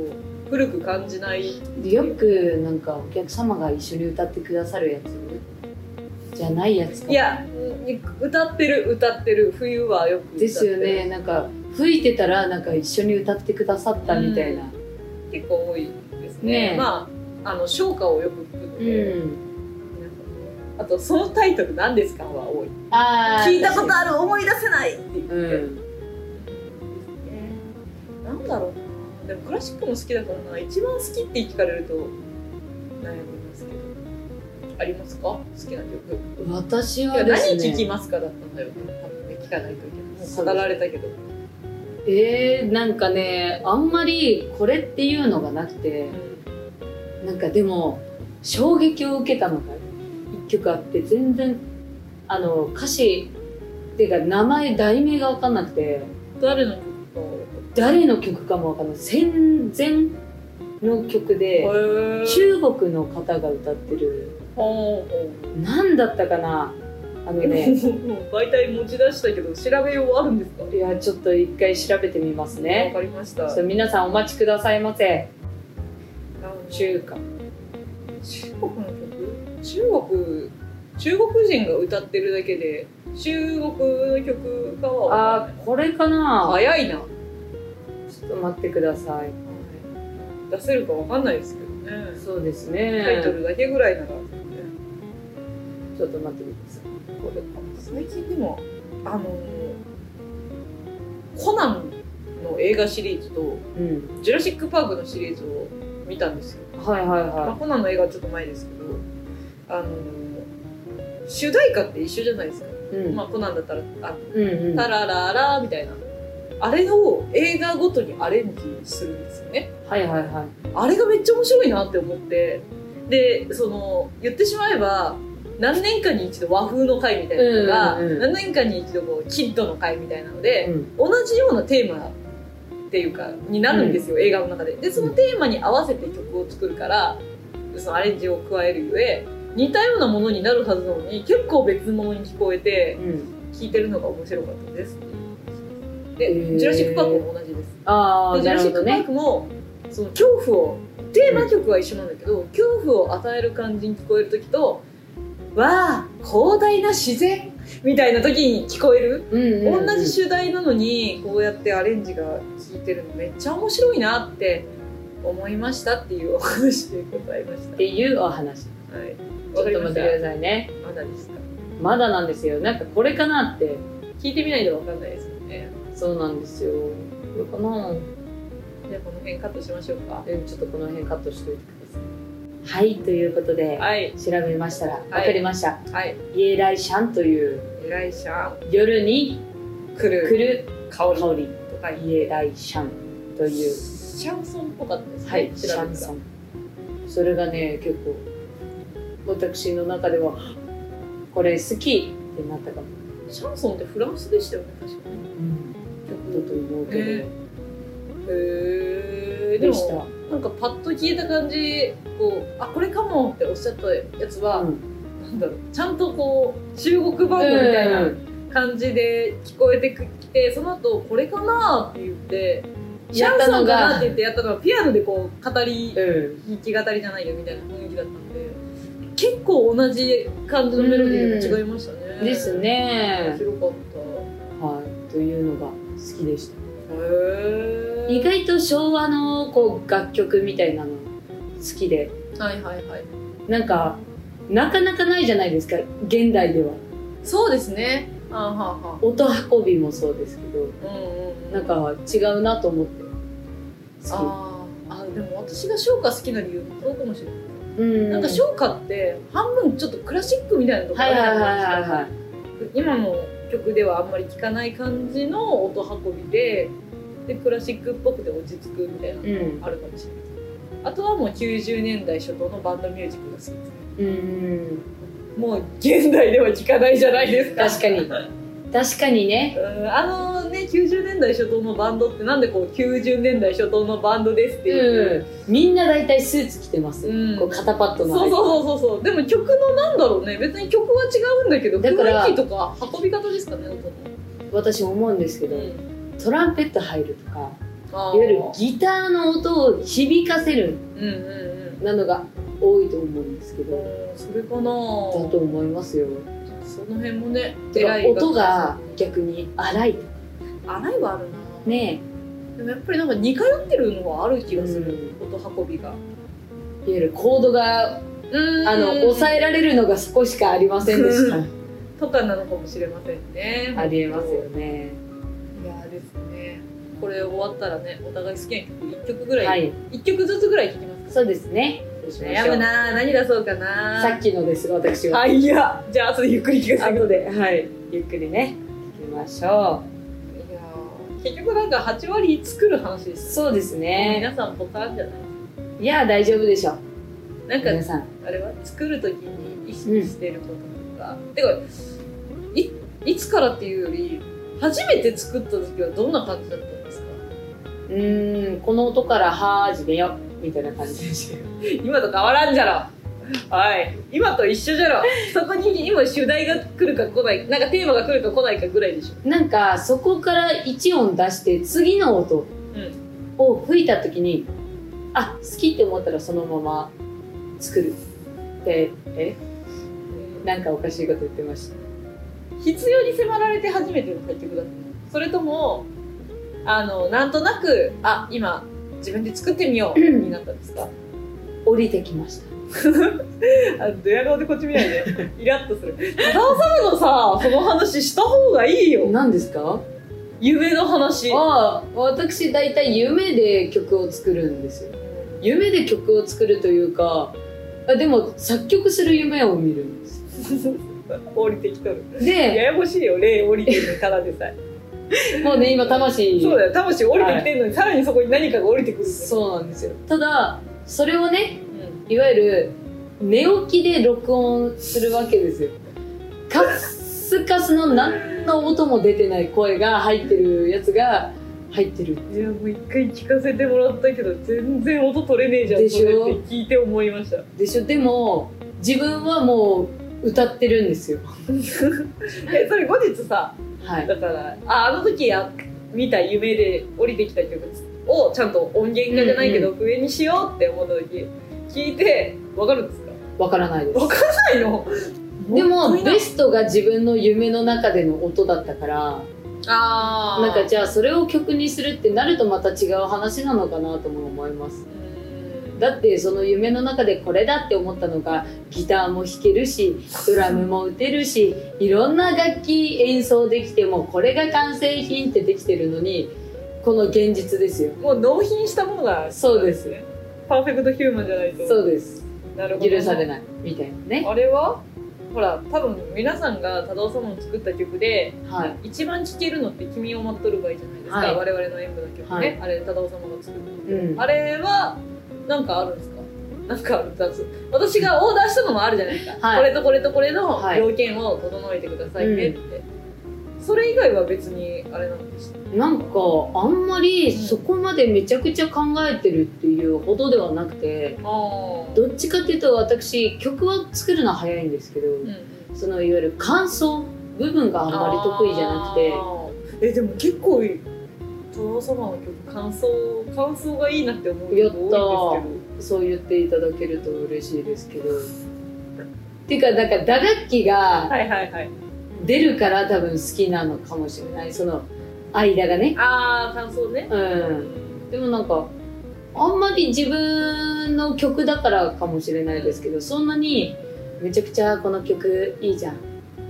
B: 古く感じない
C: よくなんかお客様が一緒に歌ってくださるやつじゃないやつか
B: いや歌ってる歌ってる冬はよく歌ってる
C: ですよねなんか吹いてたらなんか一緒に歌ってくださったみたいな
B: 結構多いですね
C: ねえ
B: まああの唱歌をよく聞くの
C: うん、
B: で、なんかあとそのタイトル何ですかは多い
C: あー
B: 聞いたことある思い出せないって言って、
C: うん
B: なんだろうでもクラシックも好きだからな一番好きって聞かれると悩みますけどありますか好きな曲
C: 私
B: いや
C: はです
B: 何
C: ね
B: 聴きますかだったんだよ多分ね聞かないといけないもう語られたけど
C: えー、なんかねあんまりこれっていうのがなくてなんかでも衝撃を受けたのが一曲あって全然あの歌詞っていうか名前題名が分かんなくて
B: 誰の曲かを
C: 誰の曲かも分かんない戦前の曲で
B: へー
C: 中国の方が歌ってる
B: ほうほ
C: 何だったかなあの
B: う
C: ね
B: 媒体持ち出したけど調べようあるんですか
C: いやちょっと一回調べてみます
B: わ
C: ね
B: かりました
C: ちょっと皆さんお待ちくださいませ
B: あの
C: 中華
B: 中国の曲中国中国人が歌ってるだけで中国の曲かはわか
C: あ
B: んない
C: ーこれかな
B: 早いな
C: ちょっと待ってください
B: 出せるかわかんないですけどね
C: そうです
B: タイ
C: ね
B: トルだけぐらいなら
C: ちょっと待ってください
B: これ最近でもあのコナンの映画シリーズと
C: うん
B: ジュラシック・パークのシリーズを見たんですよ
C: はいはいはい
B: まあ、コナンの映画はちょっと前ですけど、あのー主題歌って一緒じゃないですか、
C: うん
B: まあ、コナンだったら「あ
C: うんうん、
B: タ
C: は
B: ラララ」みたいなあれを映画ごとにアレンジするんですよね
C: いはいはい
B: あれがめっちゃ面白いなって思ってでその言ってしまえば何年かに一度和風の回みたいなのが、
C: うんうんうん
B: 何年かに一度こうキッドの回みたいなので、
C: うん
B: 同じようなテーマっていうかになるんですよ、映画の中ででそのテーマに合わせて曲を作るからそのアレンジを加えるゆえ似たようなものになるはずなのに結構別物に聞こえて
C: うん
B: 聴いてるのが面白かったです
C: へ
B: で
C: ー
B: ジュラシック・パークも同じです
C: ああ
B: でジュ
C: な
B: ラ
C: るほ
B: シッ
C: ど
B: ク・パー
C: ね
B: クもその恐怖をテーマ曲は一緒なんだけど、恐怖を与える感じに聞こえる時と「わあ広大な自然」みたいな時に聞こえる
C: うんうんうん
B: 同じ主題なのにこうやってアレンジが効いてるのめっちゃ面白いなって思いましたっていうお話でございまし
C: っていうお話ち
B: た。はい。
C: ょ
B: わ
C: っと
B: かり
C: 待
B: ま
C: っ
B: してた
C: く。ださいね
B: まだですか。
C: まだなんですよなんかこれかなって
B: 聞いてみないとわかんないですよね。
C: そうなんですよこれかな
B: じゃあこの辺カットしましょうか。
C: えちょっとこの辺カットしといてくださいはいということで、
B: はい
C: 調べましたら分かりました、
B: はい。
C: イエライシャンという
B: 依頼者
C: 夜に
B: 来る
C: 来る
B: 香り
C: 香り
B: とか
C: イエライシャンという
B: シャンソンっぽかったですね。
C: はい、
B: 調
C: シ
B: べたら
C: ャンソン。それがね、結構、私の中では、これ好きってなったかも。
B: シャンソンってフランスでしたよね確かに。
C: だと思うけど、
B: ねへえ。で
C: でし
B: も
C: た。
B: なんかパッと聞いた感じこうあこれかもっておっしゃったやつは。
C: うん
B: なんだろうちゃんとこう中国バンドみたいな感じで聞こえてきてその後これかなって言ってシ
C: や
B: ャ
C: っ
B: ン
C: た
B: ソ
C: の
B: ンかなっ
C: が
B: て、言ってやったのはピアノでこう語り
C: うん
B: 弾き語りじゃないよみたいな雰囲気だったの結構同じ感じのメロディーが違いましたね、
C: ですね
B: 面、白かっ
C: はい、というのが好きでした
B: たへ
C: 意外と昭和のこう楽曲みたいなの好きで
B: はいはいはい
C: なんかなかなかないじゃないですか現代では
B: そうですねあはんはん
C: 音運びもそうですけど
B: うんうん
C: なんか違うなと思って好
B: あーあでも私が唱歌好きな理由もそうかもしれない、
C: きうん
B: なんか唱歌って半分ちょっとクラシックみたいなとこ
C: はい
B: あ
C: はい
B: るじ
C: は
B: ゃ
C: い
B: な
C: はい
B: いですか
C: はい
B: 今の曲ではあんまり聞かない感じの音運びででクラシックっぽくて落ち着くみたいなの
C: うん
B: があるかもしれないです、あとはもう90年代初頭のバンドミュージックが好きですね
C: うん
B: もう現代では聞かないじゃないですか
C: 確かに確かにね
B: うんあのね90年代初頭のバンドってなんでこう90年代初頭のバンドですっていう、
C: うんみんな大体スーツ着てます、
B: うん
C: こう肩パッド
B: そう
C: の
B: そうそうそうそうでも曲のなんだろうね別に曲は違うんだけど
C: だから
B: 雰囲気とか運び方ですかね音の、
C: 私思うんですけど、
B: ん、
C: トランペット入るとか
B: あ
C: い
B: ー
C: わゆるギターの音を響かせる
B: うんうんうん
C: なのが多いと思うんですけど、
B: それかな
C: だと思いますよ
B: その辺もね
C: てか
B: 偉い
C: 音が逆に荒い
B: 荒いはあるな、
C: ね
B: でもやっぱりなんか似通ってるのはある気がする、音運びが
C: いわゆるコードが
B: うん
C: あの抑えられるのがそこしかありませんでした
B: とかなのかもしれませんね
C: ありえますよね
B: いやーですねこれ終わったらねお互い好きな曲1曲ぐらい、
C: はい
B: 1曲ずつぐらい聴きます
C: そうですね
B: 悩むなー何出そうかな
C: さっきのです私は、
B: あいやじゃあ後でゆっくり聴かせてください
C: 後ではいゆっくりね聞きましょ
B: いやー結局なんか8割作る話で
C: う
B: す
C: そうですね
B: 皆さんポカンじゃない
C: いや大丈夫でしょう
B: なんか
C: 皆さん
B: あれは作る時に意識してることとか、てかいいつからっていうより初めて作った時はどんな感じだったんですか
C: うーんこの音から始めようみたいな感じでし
B: 今と変わらんじゃろはい今と一緒じゃろそこに今主題が来るか来ないなんかテーマが来るか来ないかぐらいでしょ
C: なんかそこから1音出して次の音を吹いた時に、あ好きって思ったらそのまま作るってえなんかおかしいこと言ってました
B: 必要に迫られて初めての作曲だったのそれともあのなんとなくあ今自分で作ってみよう
C: うん
B: になったんですか
C: 降りてきました
B: あドヤ顔でこっち見ないでイラッとする高尾さんのさその話した方がいいよ
C: 何ですか
B: 夢の話
C: ああ私大体夢で曲を作るんですよ夢で曲を作るというかあでも作曲する夢を見るんです
B: 降りてきとるや
C: で
B: やこしいよ霊降りてるただでさえ
C: もうね今魂
B: そうだよ魂降りてきてんのに、さらにそこに何かが降りてくる
C: そうなんですよただそれをね
B: うん
C: いわゆる寝起きで録音するわけですよカッスカスの何の音も出てない声が入ってるやつが入ってる
B: いやもう一回聞かせてもらったけど全然音取れねえじゃん
C: でしょ
B: それって聞いて思い ました
C: でしょでも自分はもう歌ってるんですよ
B: えそれ後日さ
C: はい
B: だからああの時や見た夢で降りてきた曲をちゃんと音源化じゃないけど上にしようって思った時聞いてわかるんですか
C: わからないです
B: わかんないの
C: でも
B: っといない
C: ベストが自分の夢の中での音だったから
B: あ
C: なんかじゃあそれを曲にするってなるとまた違う話なのかなとも思いますだってその夢の中でこれだって思ったのがギターも弾けるしドラムも打てるしいろんな楽器演奏できてもこれが完成品ってできてるのにこの現実ですよ
B: もう納品したものが
C: そうです
B: ねパーフェクトヒューマンじゃないと
C: そうです
B: なるほど
C: 許されないみたいなね
B: あれはほら多分皆さんが多動様の作った曲で
C: はい
B: 一番聴けるのって「君を待っとる場合」じゃないですか、
C: はい
B: 我々の演舞の曲ね、
C: はい
B: あれ多動様が作った
C: うん
B: あれはなんかあるんですかなんかあるだつ私がオーダーしたのもあるじゃないですか、
C: はい
B: これとこれとこれの
C: はい
B: 条件を整えてくださいねって、それ以外は別にあれなんです
C: なんかあんまりそこまでめちゃくちゃ考えてるっていうほどではなくて
B: ああ
C: どっちかっていうと私曲は作るのは早いんですけどそのいわゆる感想部分があんまり得意じゃなくて。
B: くてえでも結構殿様の曲感想感想がいいなって思う曲多いんですけど
C: そう言っていただけると嬉しいですけどていうかなんか打楽器が
B: はいはいはい
C: 出るから多分好きなのかもしれないその間がね
B: ああ感想ね
C: うんでもなんかあんまり自分の曲だからかもしれないですけどそんなにめちゃくちゃこの曲いいじゃん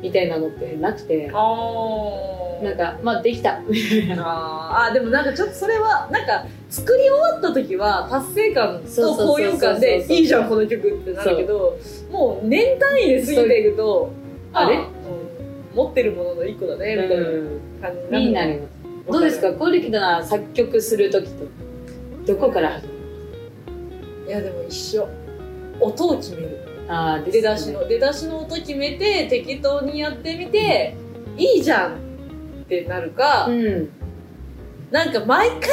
C: みたいなのってなくて
B: あー
C: なんかまあできた
B: あーあーでもなんかちょっとそれはなんか作り終わった時は達成感
C: そ
B: と
C: うそうそうそう
B: 高揚感でいいじゃんこの曲ってなるけどもう年単位で過ぎていくと
C: あれ
B: うん持ってるものの一個だねみたいな
C: うん
B: 感じ
C: に
B: に
C: な
B: なる
C: りますどうですかコールキが作曲する時とどこから始める
B: いやでも一緒音を決める
C: あー
B: 出だしの出だしの音決めて適当にやってみていいじゃんってなるか、
C: うん
B: なんか毎回同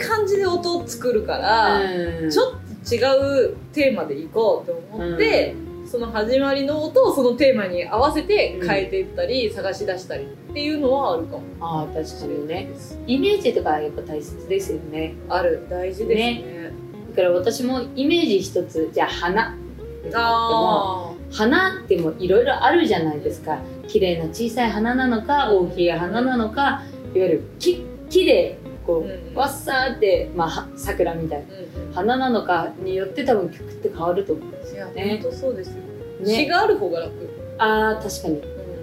B: じ感じで音を作るから、
C: うん
B: ちょっと違うテーマでいこうと思って、その始まりの音をそのテーマに合わせて変えていったり、探し出したりっていうのはあるかも
C: ああ確かにね
B: です
C: イメージとかやっぱ大切ですよね
B: ある大事ですね
C: だから私もイメージ一つじゃあ花
B: ああ
C: 花ってもいろいろあるじゃないですか綺麗な小さい花なのか大きい花なのかいわゆる木木でこ
B: うんうん
C: うわっさーって、まあ、は桜みたいな
B: うん
C: 花なのかによって多分曲って変わると思
B: いや
C: ね
B: 本当そうですよ、
C: う
B: 詩
C: ね
B: がある方が楽
C: ああ確かに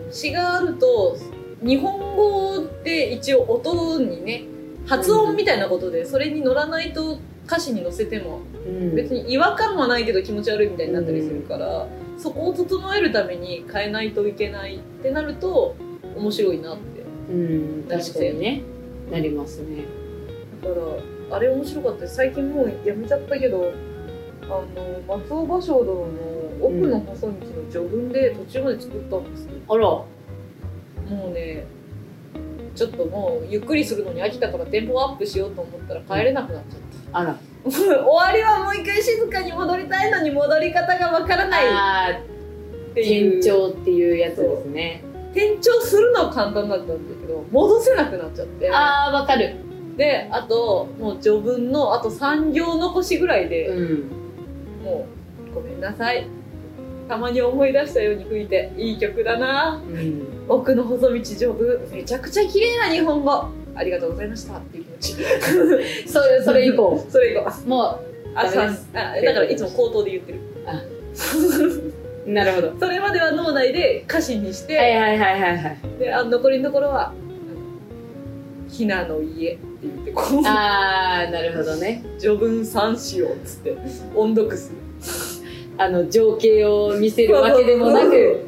B: 詩があると日本語で一応音にね発音みたいなことでそれに乗らないと歌詞に乗せても
C: うん
B: 別に違和感はないけど気持ち悪いみたいになったりするからそこを整えるために変えないといけないってなると面白いなって
C: うん確かにねなりますね
B: だからあれ面白かったです最近もうやめちゃったけどあの松尾芭蕉堂の「奥の細道」の序文で途中まで作ったんですよ
C: あら
B: もうねちょっともうゆっくりするのに飽きたからテンポアップしようと思ったら帰れなくなっちゃった
C: あら
B: 終わりはもう一回静かに戻りたいのに戻り方がわからない
C: あー
B: っていう
C: 転調っていうやつですね
B: 転調するのは簡単だったんだけど戻せなくなっちゃって
C: ああわかる
B: であともう序文のあと3行残しぐらいで、
C: うん
B: もうごめんなさいたまに思い出したように吹いていい曲だな
C: うん
B: 奥の細道序文めちゃくちゃ綺麗な日本語ありがとうございましたっていう気持ち
C: それ それ以降
B: それ以降
C: も
B: あ
C: ダメ
B: さ
C: です
B: あだからいつも口頭で言ってる
C: あ
B: そう
C: なるほど
B: れまでは脳内で歌詞にして、
C: はいはいはいはいはい
B: であ残りのところは「ひなの家」って言ってこう
C: ああなるほどね
B: 序文三子をっつって音読する
C: あの情景を見せるわけでもなく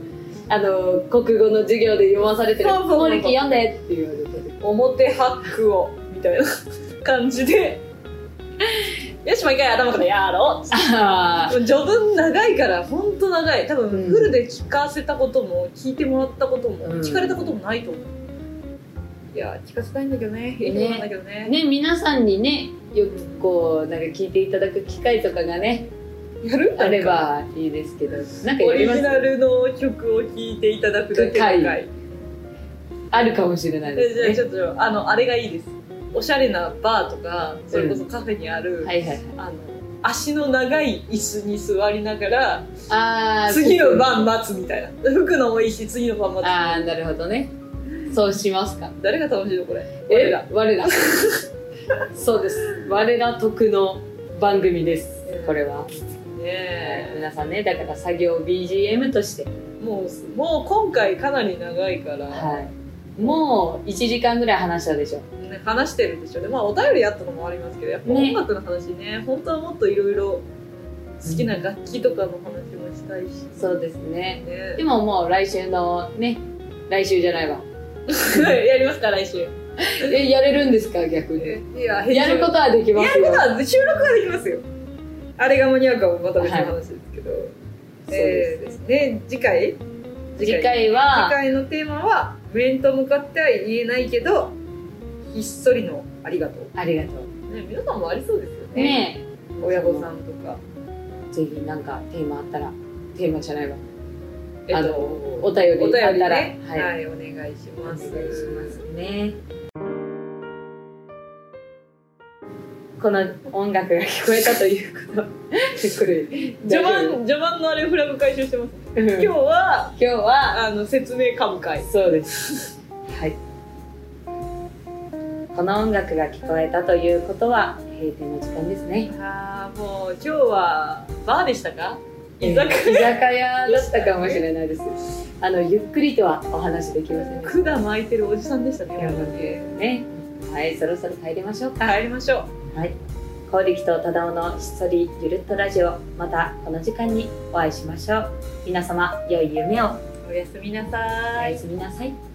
C: あの国語の授業で読まされてる
B: そうそうそう
C: 「モリキ読んで」って言われて る
B: 表八句をみたいな感じでよしもう一回頭からやろう
C: ああ
B: 序文長いからほんと長い多
C: う
B: 分
C: ん
B: フルで聞かせたことも聞いてもらったことも
C: うん
B: 聞かれたこともないと思う、いや聞かせたいんだけどねいいなんだけどね
C: ね皆さんにねよくこうなんか聞いていただく機会とかがね
B: やる
C: あればいいですけどなんか
B: オ
C: やり
B: リ
C: ま
B: ジナ
C: す
B: ルの曲を聴いていただくだけの
C: く
B: 回
C: 回あるかもしれない
B: えじゃあ
C: です
B: ち
C: ね
B: ょっとあのあれがいいですおしゃれなバーとかそれこそカフェにある、
C: はいはいはい
B: あの足の長い椅子に座りながら
C: ああ
B: 次の番待つみたいな服のもいいし次の番待つ
C: ああなるほどねそうしますか
B: 誰が楽しいのこれ
C: 我
B: 俺
C: ら
B: ら
C: 我 らそうです我ら得の番組ですこれは、
B: ねえ
C: 皆さんねだから作業 BGM として、
B: もうもう今回かなり長いから、
C: はい、もう1時間ぐらい話したでしょ
B: ね話してるんでしょうねまあお便りあったのもありますけどやっぱ
C: ね
B: 音楽の話ね本当はもっといろいろ好きな楽器とかの話もしたいし
C: そうですね
B: ね
C: でももう来週のね来週じゃないわ
B: やりますか来週
C: えやれるんですか逆に
B: いや編集
C: やることはできますよ
B: ただ収録はできますよあれが間に合うかもまた別の話ですけど、
C: そう
B: え
C: です、
B: ーね次回
C: 次回は
B: 次回のテーマは面と向かっては言えないけどひっそりのありがとう
C: ありがと
B: ね皆さんもありそうですよ
C: うね
B: 親御さんとか
C: ぜひなんかテーマあったらテーマじゃないわ
B: えっ
C: あ
B: と
C: のお便り
B: お便り
C: あったら
B: ね
C: は
B: はいい、お願いし
C: お願
B: ま
C: い
B: す
C: しますねこの音楽が聞こえたということでこれ
B: 序盤序盤のあれフラグ回収してますね今日は
C: 今日は
B: あの説明カム会
C: そうです。はい。この音楽が聞こえたということは閉店の時間ですね。
B: あーもう今日はバーでしたか居
C: えー
B: 酒
C: 居酒屋だったかもしれないです。あのゆっくりとはお話できませんでし
B: 管巻いてるおじさんでしたね
C: いやだ
B: ね
C: たね。はい、そろそろ帰りましょうか。
B: 帰りましょう
C: はい。光力と忠雄のひっそりゆるっとラジオ、またこの時間にお会いしましょう。皆様、良い夢を。
B: おやすみなさ
C: お
B: ーい
C: やすみなさい。